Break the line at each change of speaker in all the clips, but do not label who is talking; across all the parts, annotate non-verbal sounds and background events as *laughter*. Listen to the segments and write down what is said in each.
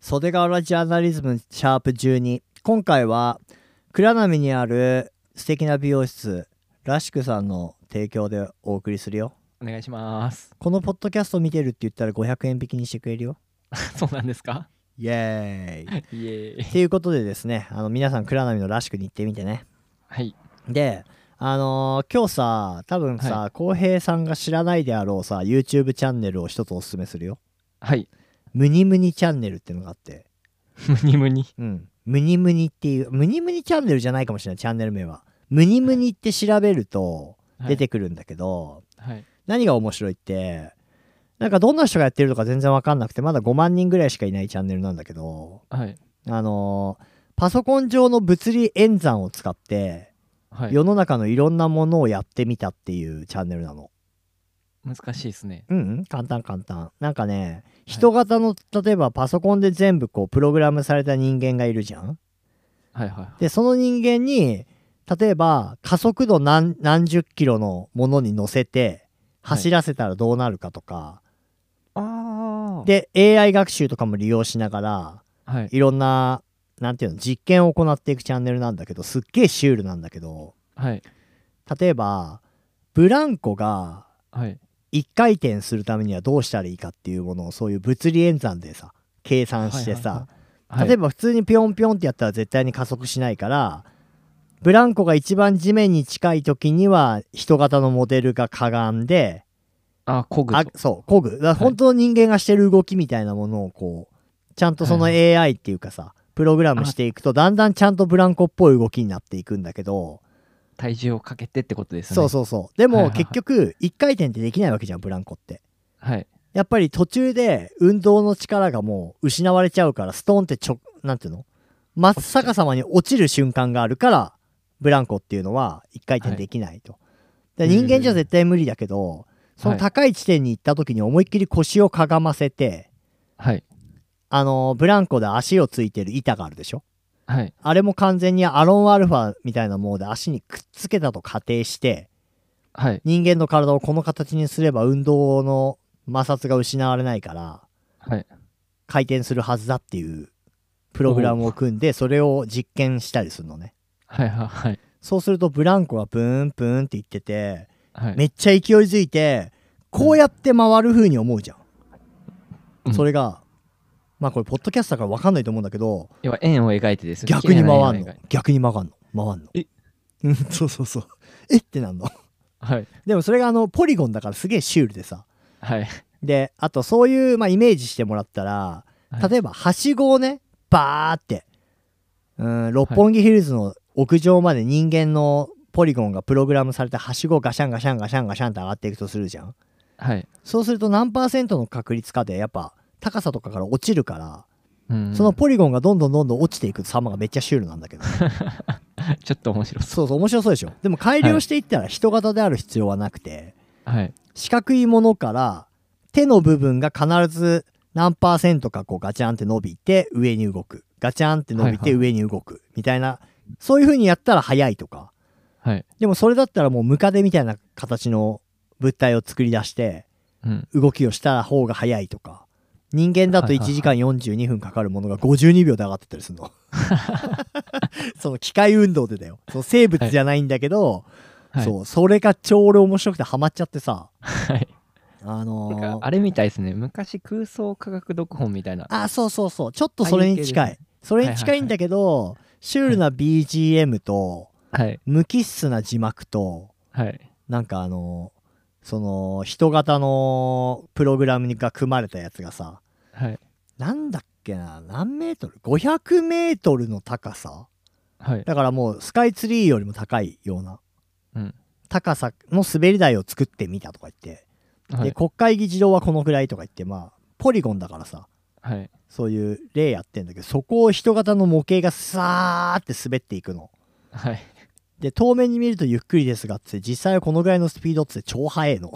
袖ヶ浦ジャーナリズムシャープ12今回は倉波にある素敵な美容室らしくさんの提供でお送りするよ
お願いします。 *laughs*
このポッドキャスト見てるって言ったら500円引きにしてくれるよ
そうなんですか。
イエーイ
イエーイ。
ということでですねあの皆さん倉波のらしくに行ってみてね
はい。
であのー今日さ多分さ浩、平さんが知らないであろうさ YouTube チャンネルを一つおすすめするよ
はい。
ムニムニチャンネルっていうのがあって
むにむに。
うん、ムニムニっていうムニムニチャンネルじゃないかもしれないチャンネル名はムニムニって調べると出てくるんだけど、
はい。
何が面白いってなんかどんな人がやってるとか全然わかんなくてまだ5万人ぐらいしかいないチャンネルなんだけど
はい。
あのーパソコン上の物理演算を使って
はい。
世の中のいろんなものをやってみたっていうチャンネルなの。
難しいですね。
うん、うん、簡単簡単。なんかね人型の例えばパソコンで全部こうプログラムされた人間がいるじゃん。
はいはい。
でその人間に例えば加速度何何十キロのものに乗せて
はい
走らせたらどうなるかとか、
ああ。で。
で AI 学習とかも利用しながら
はい。
いろんななんていうの実験を行っていくチャンネルなんだけどすっげえシュールなんだけど
はい。
例えばブランコが
はい。
1回転するためにはどうしたらいいかっていうものをそういう物理演算でさ計算してさ、
はい。
例え
ば。
ば普通にピョンピョンってやったら絶対に加速しないからブランコが一番地面に近い時には人型のモデルがかがんで
あ、こぐ
あ
と。
そうこぐだから
い
本当の人間がしてる動きみたいなものをこうちゃんとその
は
AI っていうかさプログラムしていくとだんだんちゃんとブランコっぽい動きになっていくんだけど
体重をかけてってことですね。
そう
う。
そうそうで
はい
も
はいはい
結局1回転ってできないわけじゃんブランコって。
はい。
やっぱり途中で運動の力がもう失われちゃうからストーンってちょなんていうの真っ逆さまに落ちる瞬間があるからブランコっていうのは1回転できないと、で人間じゃ絶対無理だけどその高い地点に行った時に思いっきり腰をかがませて、
はい。
あのーブランコで足をついてる板があるでしょ
はい。
あれも完全にアロンアルファみたいなもので足にくっつけたと仮定して
はい。
人間の体をこの形にすれば運動の摩擦が失われないから
はい。
回転するはずだっていうプログラムを組んでそれを実験したりするのね
はい。はい。
そうするとブランコがブーンブーンって言ってて
はい。
めっちゃ勢いづいてこうやって回る風に思うじゃん、
うん
それがまあこれポッドキャストだから分かんないと思うんだけど
要は円を描いてですよね。
逆に
綺麗な
回ん
円を描
の
いて
逆に回んの回んの
え
うん *laughs* そうそうそうえってなんの
はい。
でもそれがあのポリゴンだからすげえシュールでさ
はい。
であとそういう、まあ、イメージしてもらったら
はい
例えばはしごをねバーってうん六本木ヒルズの屋上まで人間のポリゴンがプログラムされたはしごをガシャンガシャンガシャンガシャンって上がっていくとするじゃん
はい。
そうすると何パーセントの確率かでやっぱ高さとかから落ちるから、
うん
そのポリゴンがどんどんどんどん落ちていく様がめっちゃシュールなんだ
*laughs*
けど
ちょっと面白そ
そうそう面白そうでしょでも改良していったら人型である必要はなくて、
う。はい。
四角いものから手の部分が必ず何パーセントかこうガチャンって伸びて上に動くガチャンって伸び
は
て
いは
上に動くみたいな、そういう風にやったら速いとか
はい。
でもそれだったらもうムカデみたいな形の物体を作り出して
うん。
動きをした方が速いとか人間だと
はい
1
はいはい
時間42分かかるものが52秒で上がってったりす
*laughs*
るのその機械運動でだよその生物じゃないんだけど、
はい。
そうそれが超俺面白くてハマっちゃってさ
はい。
あの
なん
ー
かあれみたいですね昔空想科学読本みたいな
あそうそうそうちょっとそれに近
ああ
い
いう
それに近いんだけど、シュールな BGM と
はい
無機質な字幕と
はい
なんかあのその人型のプログラムが組まれたやつがさ
はい
なんだっけな何メートル ?500 メートルの高さ
はい
だからもうスカイツリーよりも高いような
うん
高さの滑り台を作ってみたとか言って、
は
で
い
国会議事堂はこのぐらいとか言ってまあポリゴンだからさ
はい
そういう例やってんだけどそこを人型の模型がさーって滑っていくの
はい
で遠目に見るとゆっくりですがっつって実際はこのぐらいのスピードっつって超速
*laughs*
いの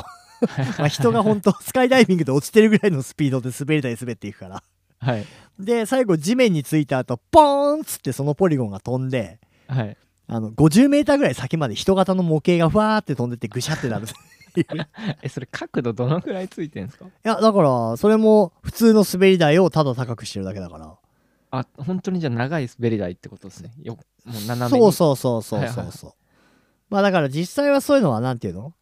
まあ人が本当スカイダイビングで落ちてるぐらいのスピードで滑り台滑っていくから
はい
で最後地面についた後ポーンっつってそのポリゴンが飛んで
はい
あの50メーターぐらい先まで人型の模型がふわーって飛んでってぐしゃってなるい
えそれ角度どのくらいついてんですか
やだからそれも普通の滑り台をただ高くしてるだけだから
あ本当にじゃあ長い滑り台ってことですねよもう斜めに
そうそうそうそう
はいは
そう
い
そう。まあだから実際はそういうのはなんていうの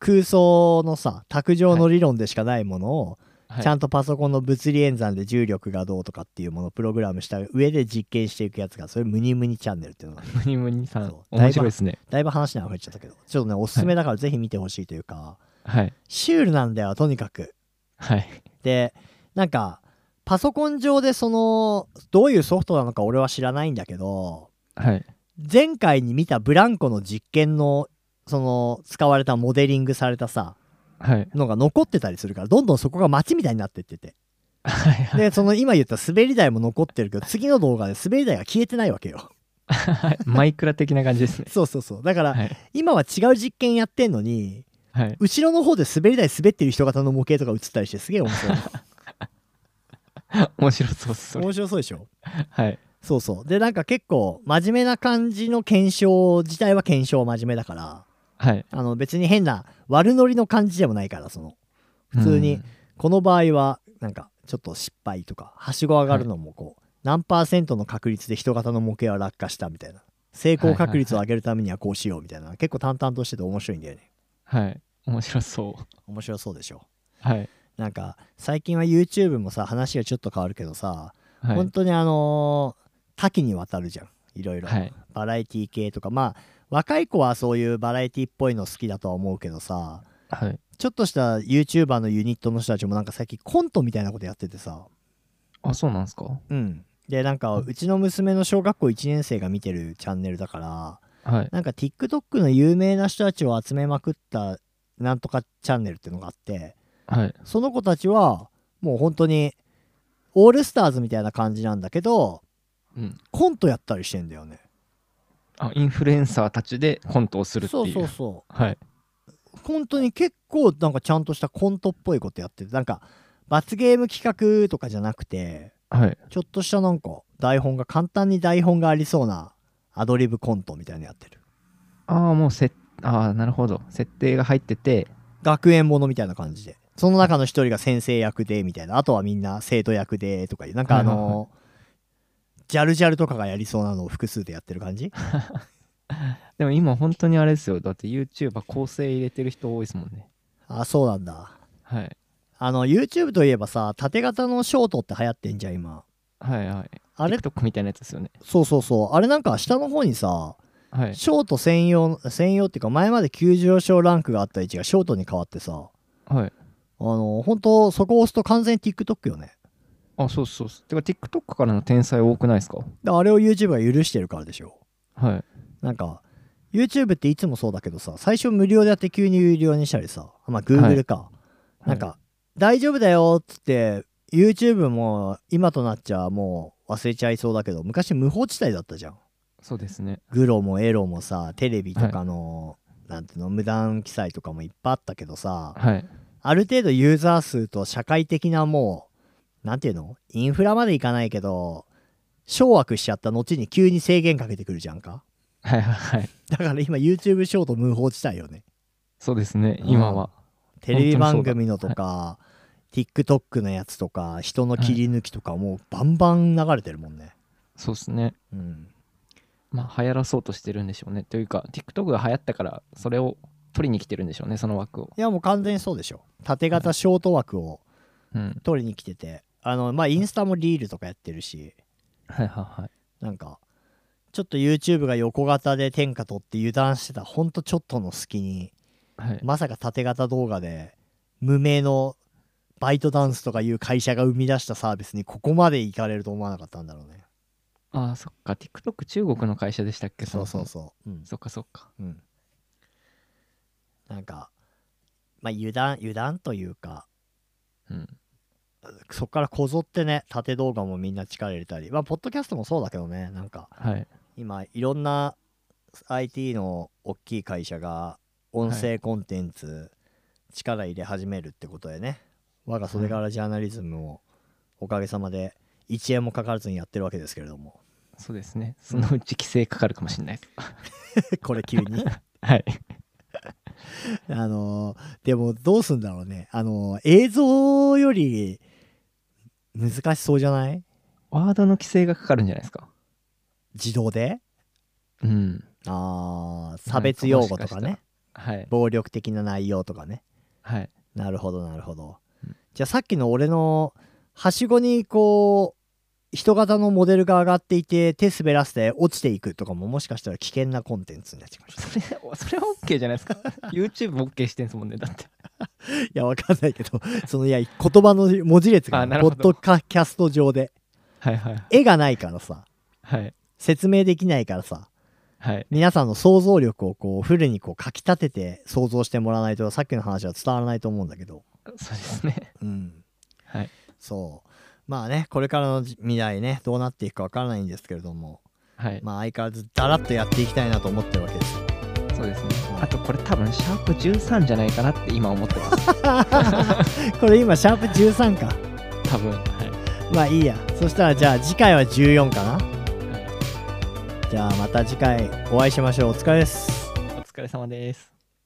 空想のさ卓上の理論でしかないものを、
はい
ちゃんとパソコンの物理演算で重力がどうとかっていうものをプログラムした上で実験していくやつがそれムニムニチャンネルっていうのが
ムニムニさん
そう
面白いですね
だいぶ話に溢れちゃったけどちょっとねおすすめだからぜひ見てほしいというか、
はい
シュールなんだよとにかく。
はい
でなんかパソコン上でそのどういうソフトなのか俺は知らないんだけど
はい
前回に見たブランコの実験のその使われたモデリングされたさ
はい
のが残ってたりするからどんどんそこが街みたいになってってて
はい
でその今言った滑り台も残ってるけど次の動画で滑り台が消えてないわけよ *laughs*
はいマイクラ的な感じですね
そうそうそうだから
はい
今は違う実験やってんのに
はい
後ろの方で滑り台滑ってる人型の模型とか映ったりしてすげえ面白い
面白そうっ *laughs* すそれ
面白そうでしょ
はい
そうそうでなんか結構真面目な感じの検証自体は検証真面目だから
はい
あの別に変な悪ノリの感じでもないからその普通に
うん
この場合はなんかちょっと失敗とかはしご上がるのもこう、何パーセントの確率で人型の模型は落下したみたいな成功確率を上げるためにはこうしようみたいな、結構淡々としてて面白いんだよね
はい面白そう
面白そうでしょ
はい
なんか最近は YouTube もさ話がちょっと変わるけどさ、
はい
本当にあのー多岐にわたるじゃんいろいろ、
はい
バラエティ系とかまあ若い子はそういうバラエティっぽいの好きだとは思うけどさ
はい
ちょっとした YouTuber のユニットの人たちもなんか最近コントみたいなことやっててさ
あそうなんですか
うんでなんかうちの娘の小学校1年生が見てるチャンネルだから
はい
なんか TikTok の有名な人たちを集めまくったなんとかチャンネルっていうのがあって
はい
その子たちはもう本当にオールスターズみたいな感じなんだけど
うん
コントやったりしてんだよね
あインフルエンサーたちでコントをするって
そう
い
そう
う
そう
はい
本当に結構なんかちゃんとしたコントっぽいことやっててなんか罰ゲーム企画とかじゃなくて
はい
ちょっとしたなんか台本が簡単に台本がありそうなアドリブコントみたいなのやってる
ああもうせああなるほど設定が入ってて
学園ものみたいな感じでその中の一人が先生役でみたいなあとはみんな生徒役でとかいうなんかあ
はいはい
のジャルジャルとかがやりそうなのを複数でやってる感じ
でも今本当にあれですよだって YouTuber 構成入れてる人多いですもんね
あそうなんだ
はい
あの YouTube といえばさ縦型のショートって流行ってんじゃん今
はいはい
あれ
TikTok みたいなやつですよね
そうそうそうあれなんか下の方にさ
はい
ショート専用専用っていうか前まで急上昇ランクがあった位置がショートに変わってさ
はい
あの本当そこを押すと完全に TikTok よね
あそうそうそうてか TikTok からの転載多くないですか
であれを YouTube が許してるからでしょ
はい
なんか YouTube っていつもそうだけどさ最初無料でやって急に有料にしたりさまあ Google か、なんか、大丈夫だよっつって YouTube も今となっちゃもう忘れちゃいそうだけど昔無法地帯だったじゃん
そうですね
グロもエロもさテレビとかの、なんていうの無断記載とかもいっぱいあったけどさ、
はい
ある程度ユーザー数と社会的なもう、なんていうのインフラまでいかないけど、掌握しちゃった後に急に制限かけてくるじゃんか。
はいはいはい
だから今 YouTube ショート無法地帯よね。
そうですね
うん
今は
テレビ番組のとか、TikTok のやつとか、人の切り抜きとかもうバンバン流れてるもんね。
そうですね
うん。
まあ流行らそうとしてるんでしょうねというか TikTok が流行ったからそれを取りに来てるんでしょうねその枠を
いやもう完全にそうでしょ。縦型ショート枠を
うん
取りに来てて、あの、まあインスタもリールとかやってるし、
はいはいはい
なんかちょっと YouTube が横型で天下取って油断してたほんとちょっとの隙に
はい
まさか縦型動画で無名のバイトダンスとかいう会社が生み出したサービスにここまで行かれると思わなかったんだろうね
ああそっか TikTok 中国の会社でしたっけ
そうそう
そ
そううん
うそっかそっか
うんなんかまあ油断油断というか
うん
そっからこぞってね縦動画もみんな力入れたりまあポッドキャストもそうだけどねなんか
はい
今いろんな IT の大きい会社が音声コンテンツ力入れ始めるってことでね、我が袖柄ジャーナリズムをおかげさまで1円もかからずにやってるわけですけれども *laughs*
そうですねそのうち規制かかるかもしれないです
これ急に
はい
あのーでもどうすんだろうねあのー映像より難しそうじゃない
ワードの規制がかかるんじゃないですか。
自動で
うん。
あー差別用語とか
なん
ね
かはい。
暴力的な内容とかね
はい。
なるほどなるほど、
うん
じゃあさっきの俺のはしごにこう人型のモデルが上がっていて手滑らせて落ちていくとかももしかしたら危険なコンテンツになってきま *laughs* した
それ、それは OK じゃない *laughs* ですか。YouTube も OK してんすもんね。だって。
いやわかんないけどそのいや言葉の文字列が
あなる
ポ
ほ
ッ
ど
ドキャスト上で
はいはい。
絵がないからさ
はい。
説明できないからさ
はい。
皆さんの想像力をこうフルにこうかきたてて想像してもらわないとさっきの話は伝わらないと思うんだけど
そうですね。
うん
はい。
そうまあねこれからの未来ねどうなっていくかわからないんですけれども
はい。
まあ相変わらずだらっとやっていきたいなと思ってるわけですよ
そうですね。あと、これ多分、シャープ13じゃないかなって今思ってます。 *laughs*
これ今シャープ13か
多分。は。
まあいいやそしたらじゃあ次回は14かない
はい
じゃあまた次回お会いしましょうお疲れです
お疲れ様です。